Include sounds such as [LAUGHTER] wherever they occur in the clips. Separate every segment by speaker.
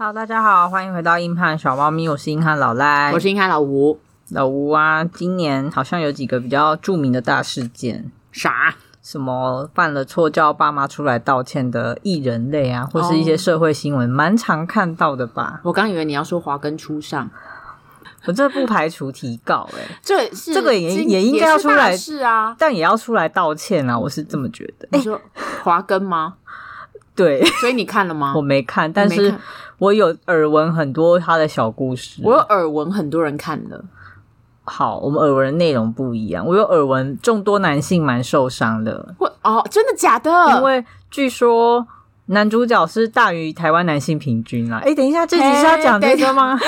Speaker 1: Hello，大家好，欢迎回到硬汉小猫咪，我是硬汉老赖，
Speaker 2: 我是英汉老吴。
Speaker 1: 老吴啊。今年好像有几个比较著名的大事件，
Speaker 2: 啥？
Speaker 1: 什么犯了错叫爸妈出来道歉的艺人类啊，
Speaker 2: 哦
Speaker 1: 或是一些社会新闻，蛮常看到的吧？
Speaker 2: 我刚以为你要说华根初上，
Speaker 1: 我这不排除提告、欸，
Speaker 2: 这是
Speaker 1: 这个也
Speaker 2: 今
Speaker 1: 也应该要出来
Speaker 2: 也是大事啊。
Speaker 1: 但也要出来道歉啊，我是这么觉得。
Speaker 2: 你说华根吗？
Speaker 1: 对， [LAUGHS]
Speaker 2: 所以你看了吗
Speaker 1: 我？没看，但
Speaker 2: 你没
Speaker 1: 是
Speaker 2: 看
Speaker 1: 我有耳闻很多他的小故事。
Speaker 2: 我有耳闻很多人看了，
Speaker 1: 好，我们耳闻的内容不一样，我有耳闻众多男性蛮受伤的，
Speaker 2: 我哦，真的假的？
Speaker 1: 因为据说男主角是大于台湾男性平均啦。哎，等一下，这集是要讲这个
Speaker 2: [LAUGHS]
Speaker 1: 吗？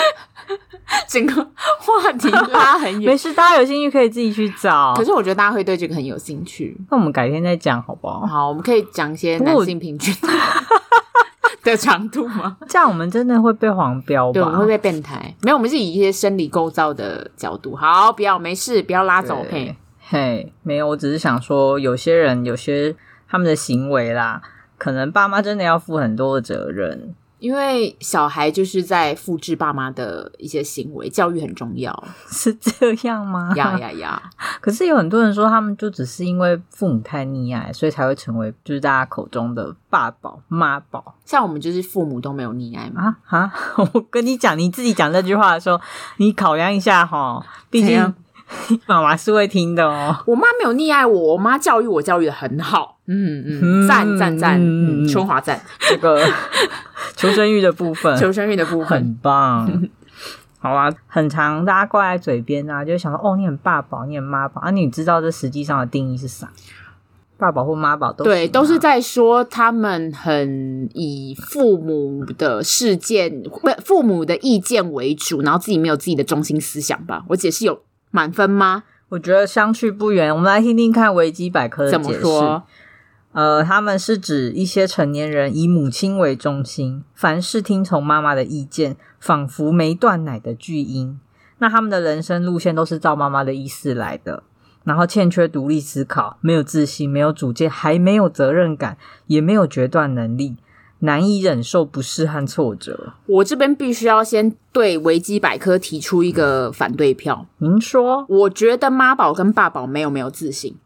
Speaker 2: 整个话题拉很
Speaker 1: [LAUGHS] 没
Speaker 2: 远。
Speaker 1: 事，大家有兴趣可以自己去找
Speaker 2: 可。是我觉得大家会对这个很有兴趣。
Speaker 1: 那我们改天再讲好不好？
Speaker 2: 好，我们可以讲一些
Speaker 1: 不过
Speaker 2: 男
Speaker 1: 我
Speaker 2: 性平均 [LAUGHS] 的长
Speaker 1: [LAUGHS]
Speaker 2: 度吗？
Speaker 1: 这样我们真的会被黄标
Speaker 2: 对，我们
Speaker 1: 吧
Speaker 2: 会？被变态。没有，我们是以一些生理构造的角度。好，不要，没事，不要拉走。嘿
Speaker 1: 对，嘿，没有，我只是想说，有些人有些他们的行为啦，可能爸妈真的要负很多的责任。 [LAUGHS]
Speaker 2: 因为小孩就是在复制爸妈的一些行为，教育很
Speaker 1: [LAUGHS]
Speaker 2: 重要。
Speaker 1: 是这样吗？
Speaker 2: 呀呀呀！
Speaker 1: [LAUGHS] 可是有很多人说，他们就只是因为父母太溺爱，所以才会成为就是大家口中的爸宝、妈宝
Speaker 2: 像我们就是父母都没有溺爱嘛，
Speaker 1: 啊啊！ [LAUGHS] 我跟你讲，你自己讲这句话的时候，你考量一下哈，毕
Speaker 2: 怎
Speaker 1: 竟
Speaker 2: 样
Speaker 1: [LAUGHS] 妈妈是会听的哦。
Speaker 2: 我妈没有溺爱我，我妈教育我教育的很好。嗯
Speaker 1: 嗯
Speaker 2: 嗯，赞赞赞，
Speaker 1: 嗯
Speaker 2: 嗯，春华赞，
Speaker 1: 这
Speaker 2: [LAUGHS]
Speaker 1: 个求生欲的部分
Speaker 2: 求生欲的部分。
Speaker 1: 很棒。好啊，很长，大家挂在嘴边啊，就想说哦，你很爸宝，你很妈宝啊，你知道这实际上的定义是啥？爸宝或妈宝都
Speaker 2: 对，
Speaker 1: 行
Speaker 2: 都是
Speaker 1: 啊
Speaker 2: 在说他们很以父母的事件不父母的意见为主，然后自己没有自己的中心思想吧？我解释有满分吗？
Speaker 1: 我觉得相去不远。我们来听听看维基百科的
Speaker 2: 怎么
Speaker 1: 解释。
Speaker 2: 说？
Speaker 1: 呃，他们是指一些成年人以母亲为中心，凡事听从妈妈的意见，仿佛没断奶的巨婴。那他们的人生路线都是照妈妈的意思来的，然后欠缺独立思考，没有自信，没有主见，还没有责任感，也没有决断能力，难以忍受不适和挫折。
Speaker 2: 我这边必须要先对维基百科提出一个反对票。
Speaker 1: 您说，
Speaker 2: 我觉得妈宝跟爸宝没有没有自信，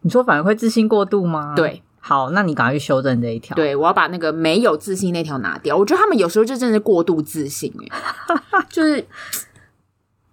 Speaker 1: 你说反而会自信过度吗？，
Speaker 2: 对
Speaker 1: 好，那你赶快去修正这一条。
Speaker 2: 对，我要把那个没有自信那条拿掉。我觉得他们有时候就真的是过度自信、欸， [LAUGHS] 就是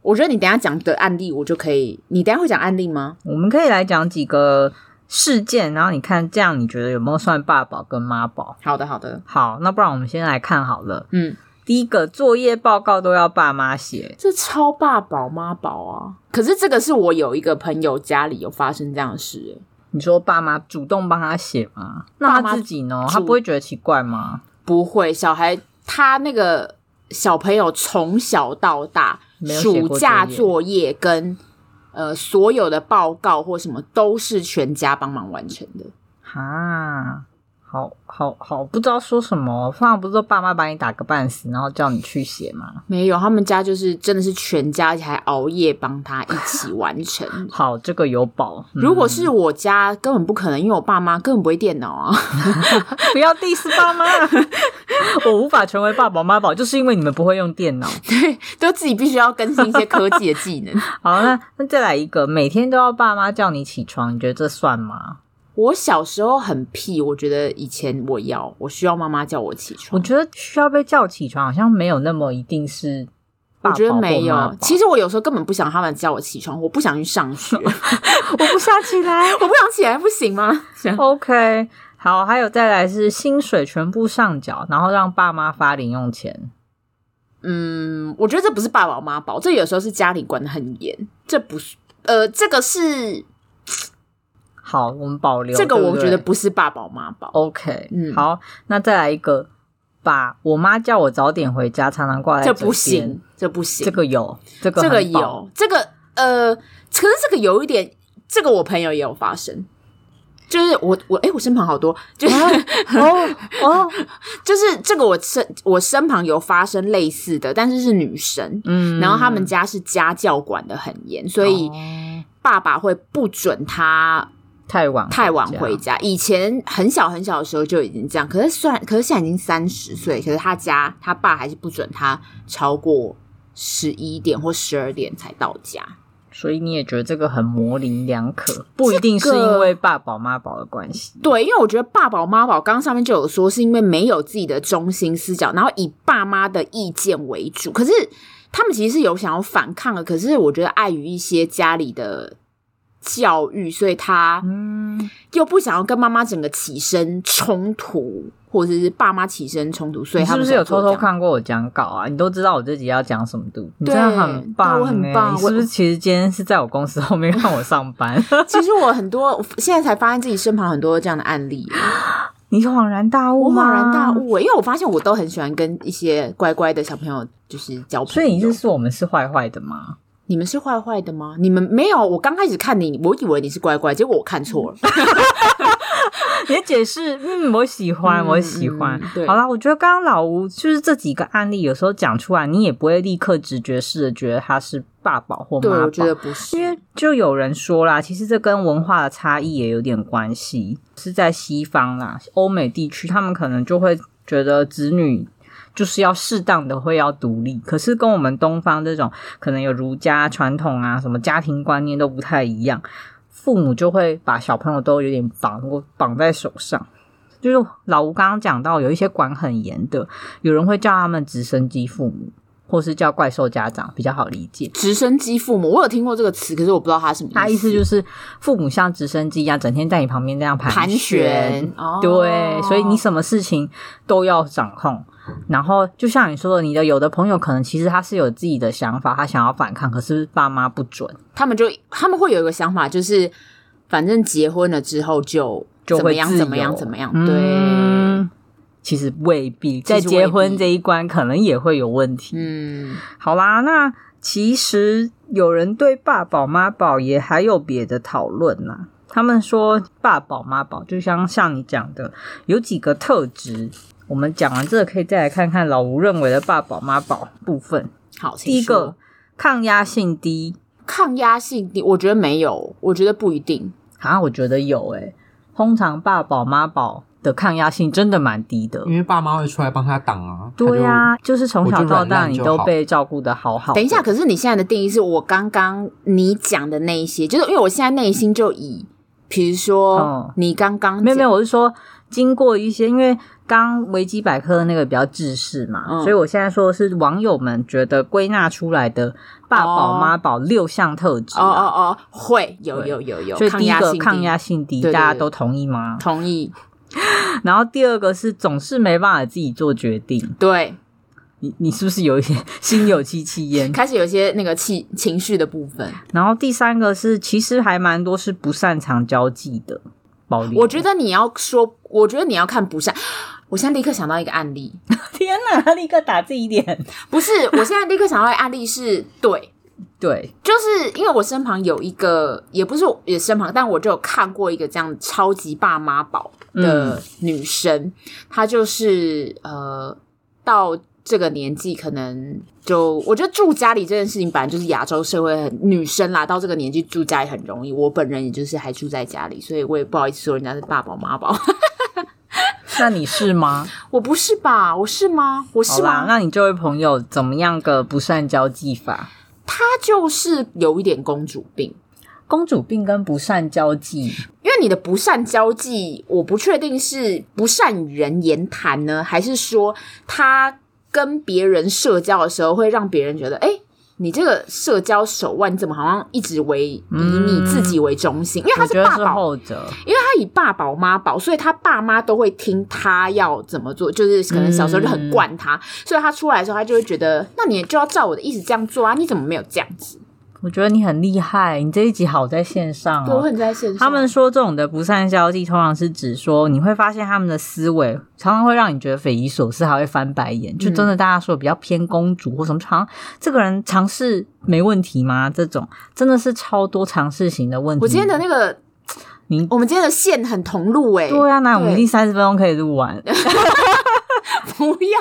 Speaker 2: 我觉得你等一下讲的案例，我就可以。你等一下会讲案例吗？
Speaker 1: 我们可以来讲几个事件，然后你看这样你觉得有没有算爸宝跟妈宝？
Speaker 2: 好的，好的，
Speaker 1: 好，那不然我们先来看好了。
Speaker 2: 嗯，
Speaker 1: 第一个，作业报告都要爸妈写，
Speaker 2: 这超爸宝妈宝啊！可是这个是我有一个朋友家里有发生这样的事、欸
Speaker 1: 你说爸妈主动帮他写吗？那
Speaker 2: 爸妈
Speaker 1: 他自己呢？
Speaker 2: 主
Speaker 1: 他不会觉得奇怪吗？
Speaker 2: 不会，小孩他那个小朋友从小到大，
Speaker 1: 没有写过
Speaker 2: 暑假
Speaker 1: 作业
Speaker 2: 作业跟呃所有的报告或什么都是全家帮忙完成的。
Speaker 1: 哈，好好好，不知道说什么。通常不是说爸妈把你打个半死，然后叫你去写吗？。
Speaker 2: 没有，他们家就是真的是全家，而且还熬夜帮他一起完成
Speaker 1: [LAUGHS] 好，这个有宝。嗯
Speaker 2: 如果是我家，根本不可能，因为我爸妈根本不会电脑啊。 [LAUGHS]
Speaker 1: 不要 diss 爸妈，我无法成为爸宝妈宝，就是因为你们不会用电脑。
Speaker 2: 对，都自己必须要更新一些科技的技
Speaker 1: [LAUGHS]
Speaker 2: 能。
Speaker 1: 好，那那再来一个，每天都要爸妈叫你起床，你觉得这算吗？
Speaker 2: 我小时候很屁，我觉得以前我要，我需要妈妈叫我起
Speaker 1: 我
Speaker 2: 床。
Speaker 1: 觉得需要被叫起床，好像没有那么一定是爸
Speaker 2: 我
Speaker 1: 宝
Speaker 2: 觉得没
Speaker 1: 或妈
Speaker 2: 有
Speaker 1: 宝，
Speaker 2: 其实我有时候根本不想他们叫我起床，我不想去上
Speaker 1: [LAUGHS]
Speaker 2: 学，我
Speaker 1: 我不想起来。
Speaker 2: 不想起来不行吗？
Speaker 1: [LAUGHS]
Speaker 2: 哦
Speaker 1: OK，好，还有再来是薪水全部上缴，然后让爸妈发零用钱。
Speaker 2: 嗯，我觉得这不是爸宝妈宝，这有时候是家里管的很严，这不是呃，这个是
Speaker 1: 好，我们保留
Speaker 2: 这个，
Speaker 1: 对
Speaker 2: 我
Speaker 1: 对哦
Speaker 2: 觉得不是爸宝妈宝。
Speaker 1: OK。
Speaker 2: 嗯
Speaker 1: 好，那再来一个，把我妈叫我早点回家，常常挂在
Speaker 2: 这
Speaker 1: 嘴
Speaker 2: 不
Speaker 1: 边
Speaker 2: 行，，这不行，
Speaker 1: 这个有，这个
Speaker 2: 这
Speaker 1: 这
Speaker 2: 个有这个呃，可是这个有一点，这个我朋友也有发生，就是我我哎、我身旁好多，就是、
Speaker 1: [LAUGHS] 哦哦，
Speaker 2: [LAUGHS] 就是这个我身我身旁有发生类似的，但是是女生，
Speaker 1: 嗯
Speaker 2: [LAUGHS] 然后他们家是家教管的很严，所以
Speaker 1: 哦
Speaker 2: 爸爸会不准他
Speaker 1: 太晚
Speaker 2: 太晚回
Speaker 1: 回
Speaker 2: 家。以前很小很小的时候就已经这样，可是虽然可是现在已经三十岁，可是他家他爸还是不准他超过十一点或十二点才到家。
Speaker 1: 所以你也觉得这个很模棱两可，不一定是因为爸宝妈宝的关系。
Speaker 2: 对，因为我觉得爸宝妈宝刚刚上面就有说，是因为没有自己的中心思想，然后以爸妈的意见为主。可是他们其实是有想要反抗的，可是我觉得碍于一些家里的教育，所以他
Speaker 1: 嗯，
Speaker 2: 又不想要跟妈妈整个起身冲突，或者是爸妈起身冲突，所以
Speaker 1: 你
Speaker 2: 他
Speaker 1: 是
Speaker 2: 们
Speaker 1: 不是有偷偷
Speaker 2: 想做这样？
Speaker 1: 看过 [LAUGHS] 我讲稿啊？你都知道我这集要讲什么度，你
Speaker 2: 对
Speaker 1: 真的很棒、欸，
Speaker 2: 对我很棒
Speaker 1: 你是不是其实今天是在我公司后面让我上
Speaker 2: [LAUGHS]
Speaker 1: 班？
Speaker 2: 其实我很多，我现在才发现自己身旁很多这样的案例，
Speaker 1: 你恍然大悟
Speaker 2: 我
Speaker 1: 吗？
Speaker 2: 恍然大。悟、欸因为我发现我都很喜欢跟一些乖乖的小朋友就是交朋友。
Speaker 1: 所以你是说我们是坏坏的吗？
Speaker 2: 你们是坏坏的吗？你们没有，我刚开始看你，我以为你是乖乖，结果我看错了。
Speaker 1: 也解释，嗯，我喜欢，
Speaker 2: 嗯
Speaker 1: 我喜欢。
Speaker 2: 嗯对
Speaker 1: 好啦，我觉得刚刚老吴就是这几个案例，有时候讲出来，你也不会立刻直觉式的觉得他是爸宝或
Speaker 2: 对，
Speaker 1: 妈
Speaker 2: 我觉
Speaker 1: 宝
Speaker 2: 得。不是，
Speaker 1: 因为就有人说啦，其实这跟文化的差异也有点关系。是在西方啦，欧美地区，他们可能就会觉得子女就是要适当的会要独立，可是跟我们东方这种可能有儒家传统啊，什么家庭观念都不太一样，父母就会把小朋友都有点绑过绑在手上。就是老吴刚刚讲到，有一些管很严的，有人会叫他们直升机父母，或是叫怪兽家长，比较好理解。
Speaker 2: 直升机父母，我有听过这个词，可是我不知道它什么
Speaker 1: 他意
Speaker 2: 意
Speaker 1: 思就是父母像直升机一样，整天在你旁边这样盘
Speaker 2: 盘旋，哦
Speaker 1: 对，所以你什么事情都要掌控。然后就像你说的，你的有的朋友可能其实他是有自己的想法，他想要反抗，可是爸妈不准，
Speaker 2: 他们就他们会有一个想法，就是反正结婚了之后就
Speaker 1: 就
Speaker 2: 怎么
Speaker 1: 会
Speaker 2: 样
Speaker 1: 自
Speaker 2: 怎么样
Speaker 1: 由
Speaker 2: 怎么样，对，
Speaker 1: 嗯其实未必，在
Speaker 2: 其实未必
Speaker 1: 结婚这一关可能也会有问题。
Speaker 2: 嗯，
Speaker 1: 好啦，那其实有人对爸宝妈宝也还有别的讨论啦。他们说爸宝妈宝，就像像你讲的，有几个特质。我们讲完这个，可以再来看看老吴认为的爸宝妈宝部分。
Speaker 2: 好，请
Speaker 1: 第一
Speaker 2: 说
Speaker 1: 个，抗压性低
Speaker 2: 抗压性低，我觉得没有，我觉得不一定，
Speaker 1: 啊，我觉得有诶、通常爸宝妈宝的抗压性真的蛮低的。
Speaker 3: 因为爸妈会出来帮他挡啊。嗯他就
Speaker 1: 对呀、就是从小到大你
Speaker 3: 我就软烂就
Speaker 1: 都
Speaker 3: 好
Speaker 1: 被照顾的好好的。
Speaker 2: 等一下，可是你现在的定义是我刚刚你讲的那一些，就是因为我现在内心就以，比如说、
Speaker 1: 哦
Speaker 2: 你刚刚
Speaker 1: 没有没有，
Speaker 2: 讲，
Speaker 1: 我是说经过一些，因为刚维基百科的那个比较制式嘛，
Speaker 2: 嗯
Speaker 1: 所以我现在说的是网友们觉得归纳出来的爸宝
Speaker 2: 哦
Speaker 1: 妈宝六项特质、
Speaker 2: 哦
Speaker 1: 啊。哦
Speaker 2: 哦哦，会有
Speaker 1: 对
Speaker 2: 有有有
Speaker 1: 所以
Speaker 2: 抗
Speaker 1: 第一
Speaker 2: 压
Speaker 1: 个
Speaker 2: 性
Speaker 1: 抗
Speaker 2: 低
Speaker 1: 压性低，
Speaker 2: 对对
Speaker 1: 大家
Speaker 2: 对
Speaker 1: 都同意吗？
Speaker 2: 同意，
Speaker 1: 然后第二个是总是没办法自己做决定，
Speaker 2: 对，
Speaker 1: 你你是不是有一些心有戚戚焉？
Speaker 2: [LAUGHS] 开始有一些那个气情绪的部分，
Speaker 1: 然后第三个是其实还蛮多是不擅长交际的，保留。
Speaker 2: 我觉得你要说，我觉得你要看不善。我现在立刻想到一个案例，
Speaker 1: 天哪，立刻打自己脸。
Speaker 2: 不是，我现在立刻想到一个案例是 [LAUGHS] 对，
Speaker 1: 对，
Speaker 2: 就是因为我身旁有一个，也不是我也身旁，但我就有看过一个这样超级爸妈宝的女生，她就是呃到这个年纪，可能就我觉得住家里这件事情，本来就是亚洲社会很女生啦，到这个年纪住家里很容易。我本人也就是还住在家里，所以我也不好意思说人家是爸宝妈宝，
Speaker 1: 那你是吗？
Speaker 2: 我不是吧？我是吗？我
Speaker 1: 好
Speaker 2: 是
Speaker 1: 啦
Speaker 2: 吗，？
Speaker 1: 那你这位朋友怎么样个不善交际法？
Speaker 2: 她就是有一点公主病。
Speaker 1: 公主病跟不善交际，
Speaker 2: 因为你的不善交际，我不确定是不善与人言谈呢，还是说他跟别人社交的时候会让别人觉得，哎、你这个社交手腕怎么好像一直为以你自己为中心？因为
Speaker 1: 嗯
Speaker 2: 他
Speaker 1: 我
Speaker 2: 是
Speaker 1: 觉得
Speaker 2: 爸
Speaker 1: 是
Speaker 2: 宝，
Speaker 1: 后者。
Speaker 2: 因为他以爸宝妈宝，所以他爸妈都会听他要怎么做，就是可能小时候就
Speaker 1: 嗯
Speaker 2: 很惯他，所以他出来的时候，他就会觉得，那你就要照我的意思这样做啊，你怎么没有这样子？
Speaker 1: 我觉得你很厉害，你这一集好在线上
Speaker 2: 对，我
Speaker 1: 哦。
Speaker 2: 很在线上，
Speaker 1: 他们说这种的不善交际，通常是指说你会发现他们的思维常常会让你觉得匪夷所思，还会翻白
Speaker 2: 嗯
Speaker 1: 眼。就真的大家说比较偏公主或什么，好像这个人尝试没问题吗？这种真的是超多尝试型的问题。
Speaker 2: 我今天的那个，
Speaker 1: 你
Speaker 2: 我们今天的线很同路哎、
Speaker 1: 对啊，那我们
Speaker 2: 对
Speaker 1: 一定三十分钟可以录完。
Speaker 2: [LAUGHS] 不要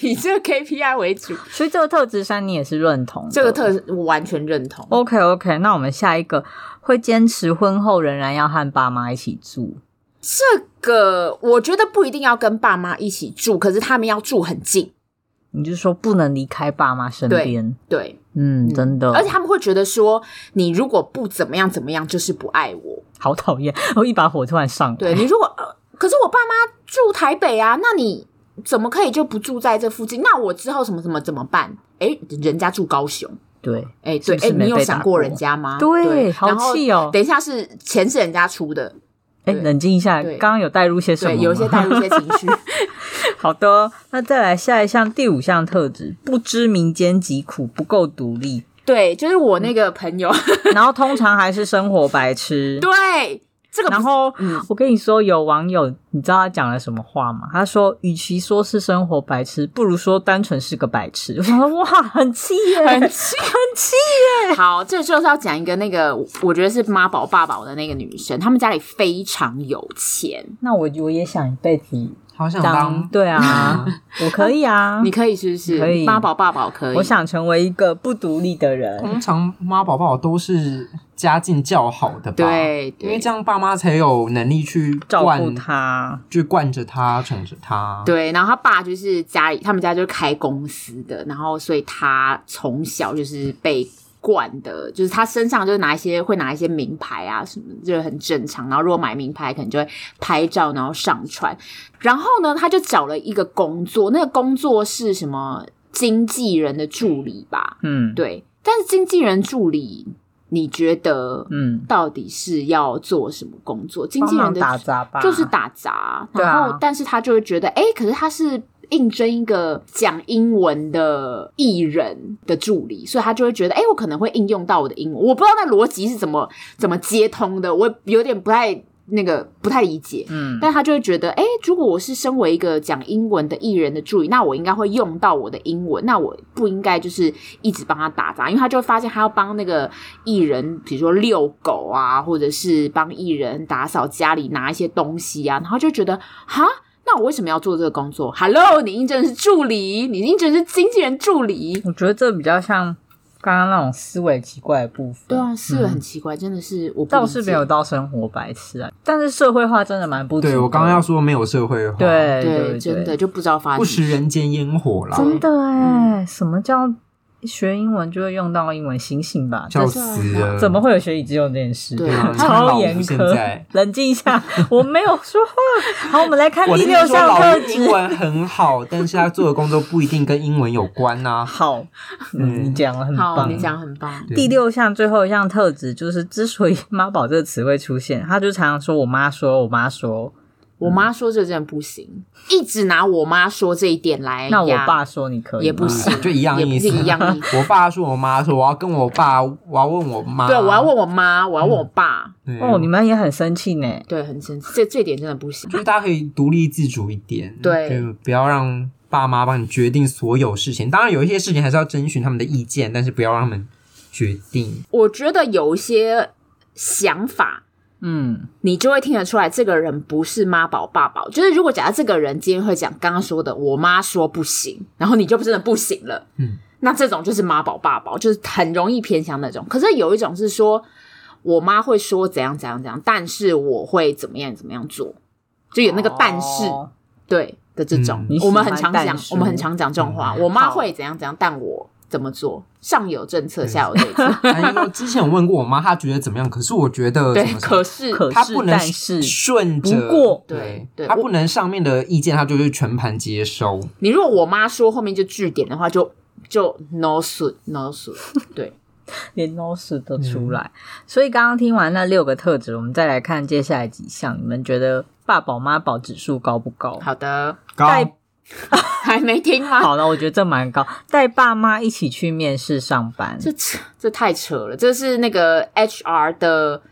Speaker 2: 以这个 KPI 为主。
Speaker 1: 所以这个特质三你也是认同的
Speaker 2: 这个特质我完全认同。
Speaker 1: OK OK，那我们下一个会坚持婚后仍然要和爸妈一起住。
Speaker 2: 这个我觉得不一定要跟爸妈一起住，可是他们要住很近。
Speaker 1: 你就说不能离开爸妈身边，
Speaker 2: 对，
Speaker 1: 嗯，真的，
Speaker 2: 而且他们会觉得说，你如果不怎么样怎么样，就是不爱我。
Speaker 1: 好讨厌！我一把火突然上来，
Speaker 2: 对你如果、呃，可是我爸妈住台北啊，那你怎么可以就不住在这附近？那我之后什么什么怎么办？哎，人家住高雄，
Speaker 1: 对
Speaker 2: 哎，
Speaker 1: 是
Speaker 2: 对，
Speaker 1: 不是
Speaker 2: 哎，
Speaker 1: 没
Speaker 2: 你有
Speaker 1: 被
Speaker 2: 想
Speaker 1: 打
Speaker 2: 过
Speaker 1: 过
Speaker 2: 人家吗？
Speaker 1: 对好
Speaker 2: 然后
Speaker 1: 气哦
Speaker 2: 等一下是钱是人家出的，
Speaker 1: 哎，
Speaker 2: 对
Speaker 1: 冷静一下，
Speaker 2: 对
Speaker 1: 刚刚有带入些什么
Speaker 2: 对，
Speaker 1: 吗？
Speaker 2: 有一些带入一些情绪。
Speaker 1: [LAUGHS] 好的，哦那再来下一项第五项特质，不知民间疾苦，不够独立，
Speaker 2: 对，就是我
Speaker 1: 嗯
Speaker 2: 那个朋友，
Speaker 1: 然后通常还是生活白
Speaker 2: [LAUGHS]
Speaker 1: 痴。
Speaker 2: 对这个
Speaker 1: [LAUGHS]
Speaker 2: 不
Speaker 1: 然
Speaker 2: 是，
Speaker 1: 后、
Speaker 2: 嗯
Speaker 1: 我跟你说，有网友你知道他讲了什么话吗？他说，与其说是生活白痴，不如说单纯是个白痴。我 [LAUGHS] 想说，哇，很气耶，
Speaker 2: 很
Speaker 1: 气，很气。
Speaker 2: [LAUGHS] 好，这就是要讲一个那个，我觉得是妈宝爸宝的那个女生，他们家里非常有钱，
Speaker 1: 那我我也想一辈子
Speaker 3: 好想
Speaker 1: 当，
Speaker 3: 当，
Speaker 1: 对
Speaker 2: [LAUGHS]
Speaker 1: 啊，我可以啊，
Speaker 2: 你可以是不是？
Speaker 1: 可以
Speaker 2: 妈宝爸宝可以，
Speaker 1: 我想成为一个不独立的人。
Speaker 3: 通常妈宝宝都是家境较好的吧？，
Speaker 2: 对，对
Speaker 3: 因为这样爸妈才有能力去
Speaker 1: 照顾
Speaker 3: 惯，
Speaker 1: 他，
Speaker 3: 去惯着他，宠着他。，
Speaker 2: 对，然后他爸就是家里，他们家就是开公司的，然后所以他从小就是被惯的，就是他身上就是拿一些会拿一些名牌啊什么，就是很正常。然后如果买名牌，可能就会拍照然后上传。然后呢，他就找了一个工作，那个工作是什么经纪人的助理吧？
Speaker 1: 嗯，，
Speaker 2: 对，但是经纪人助理，你觉得
Speaker 1: 嗯，
Speaker 2: 到底是要做什么工作？经
Speaker 1: 帮
Speaker 2: 纪人
Speaker 1: 忙
Speaker 2: 的
Speaker 1: 打杂吧，
Speaker 2: 就是打杂，
Speaker 1: 对
Speaker 2: 然
Speaker 1: 啊
Speaker 2: 后、但是他就会觉得，哎、可是他是应征一个讲英文的艺人的助理，所以他就会觉得，哎、我可能会应用到我的英文，我不知道那逻辑是怎么怎么接通的，我有点不太那个不太理解。
Speaker 1: 嗯，
Speaker 2: 但他就会觉得，哎、如果我是身为一个讲英文的艺人的助理，那我应该会用到我的英文，那我不应该就是一直帮他打杂，因为他就会发现他要帮那个艺人，比如说遛狗啊，或者是帮艺人打扫家里拿一些东西啊，然后就觉得，哈。那我为什么要做这个工作？Hello，你应征的是助理，你应征的是经纪人助理。
Speaker 1: 我觉得这比较像刚刚那种思维奇怪的部分。
Speaker 2: 对啊，是
Speaker 1: 嗯
Speaker 2: 很奇怪，真的是我不
Speaker 1: 倒
Speaker 2: 理
Speaker 1: 是
Speaker 2: 解
Speaker 1: 没有到生活白痴啊，但是社会化真的蛮不足的。
Speaker 3: 对我刚刚要说没有社会化，，
Speaker 1: 对
Speaker 2: 对，
Speaker 1: 对
Speaker 2: 真的就不知道发生
Speaker 3: 不食人间烟火啦，
Speaker 1: 真的哎、什么叫学英文就会用到英文？醒醒吧！
Speaker 3: 笑
Speaker 1: 这
Speaker 3: 死了，
Speaker 1: 怎么会有学以致用这件事？
Speaker 2: 对
Speaker 3: 啊
Speaker 1: 超严
Speaker 3: 现
Speaker 1: 苛
Speaker 3: 在。
Speaker 1: 冷静一下，我没有说话。
Speaker 2: [LAUGHS]
Speaker 1: 好，我们来看
Speaker 3: 我
Speaker 1: 第
Speaker 3: 是
Speaker 1: 六
Speaker 3: 说
Speaker 1: 项
Speaker 3: 老
Speaker 1: 特
Speaker 3: 师英
Speaker 1: 质。
Speaker 3: 文很好，但是他做的工作不一定跟英文有关呐、
Speaker 1: 好，嗯
Speaker 3: 嗯
Speaker 1: 你讲了很
Speaker 2: 好，
Speaker 1: 棒
Speaker 2: 你。讲很棒。
Speaker 3: 对
Speaker 1: 第六项最后一项特质就是，之所以“妈宝”这个词会出现，他就常常说“我妈说，我妈说”，
Speaker 2: 我妈
Speaker 1: 嗯
Speaker 2: 说这真的不行，一直拿我妈说这一点来压。
Speaker 1: 那我爸嗯说你可以吗
Speaker 2: 哎也不行
Speaker 3: 就一样
Speaker 2: 也不
Speaker 3: 意
Speaker 2: 是
Speaker 3: 思，
Speaker 2: 一样意
Speaker 3: [LAUGHS]
Speaker 2: 思。
Speaker 3: 我爸说我妈说，我要跟我爸，我要问我妈，
Speaker 2: 对，我要问我妈，我要
Speaker 3: 嗯
Speaker 2: 问我爸，
Speaker 3: 对
Speaker 1: 哦，你们也很生气呢。
Speaker 2: 对，很生气，这这点真的不行。
Speaker 3: 就是大家可以独立自主一点，
Speaker 2: 对
Speaker 3: 就不要让爸妈帮你决定所有事情。当然，有一些事情还是要征询他们的意见，但是不要让他们决定。
Speaker 2: [LAUGHS] 我觉得有一些想法，
Speaker 1: 嗯，
Speaker 2: 你就会听得出来，这个人不是妈宝爸宝。就是如果假设这个人今天会讲刚刚说的，我妈说不行，然后你就真的不行了，
Speaker 3: 嗯，
Speaker 2: 那这种就是妈宝爸宝，就是很容易偏向那种。可是有一种是说，我妈会说怎样怎样怎样，但是我会怎么样怎么样做，就有那个但是。
Speaker 1: 哦
Speaker 2: 对的这种
Speaker 3: 嗯，
Speaker 1: 你喜
Speaker 2: 我们
Speaker 1: 欢
Speaker 2: 很常
Speaker 1: 淡
Speaker 2: 讲，
Speaker 1: 书
Speaker 2: 我们很常讲这种话。我妈会怎样怎样，但我怎么做？上有政策，下有对策。
Speaker 3: [LAUGHS] 哎因为之前我问过我妈，她觉得怎么样？可是我觉得
Speaker 2: 对
Speaker 3: 怎，么
Speaker 2: 可是
Speaker 1: 可
Speaker 3: 她
Speaker 1: 是
Speaker 3: 不能
Speaker 1: 但是
Speaker 3: 顺着，
Speaker 1: 不过
Speaker 2: 对对
Speaker 3: 她
Speaker 2: 我
Speaker 3: 不能上面的意见，她就是全盘接收。
Speaker 2: 你如果我妈说后面就据点的话，就就 no suit no suit。对，
Speaker 1: 连 no 屎都出来。
Speaker 2: 嗯
Speaker 1: 所以刚刚听完那六个特质，我们再来看接下来几项，你们觉得爸宝妈宝指数高不高？
Speaker 2: 好的，
Speaker 3: 高
Speaker 1: 带
Speaker 2: 还没听吗？
Speaker 1: 好了，我觉得这蛮高。带爸妈一起去面试上班，
Speaker 2: 这扯这太扯了，这是那个 HR 的